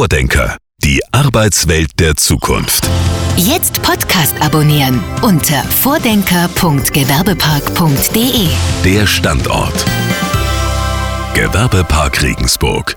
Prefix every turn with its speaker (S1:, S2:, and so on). S1: Vordenker. Die Arbeitswelt der Zukunft.
S2: Jetzt Podcast abonnieren unter vordenker.gewerbepark.de.
S1: Der Standort. Gewerbepark Regensburg.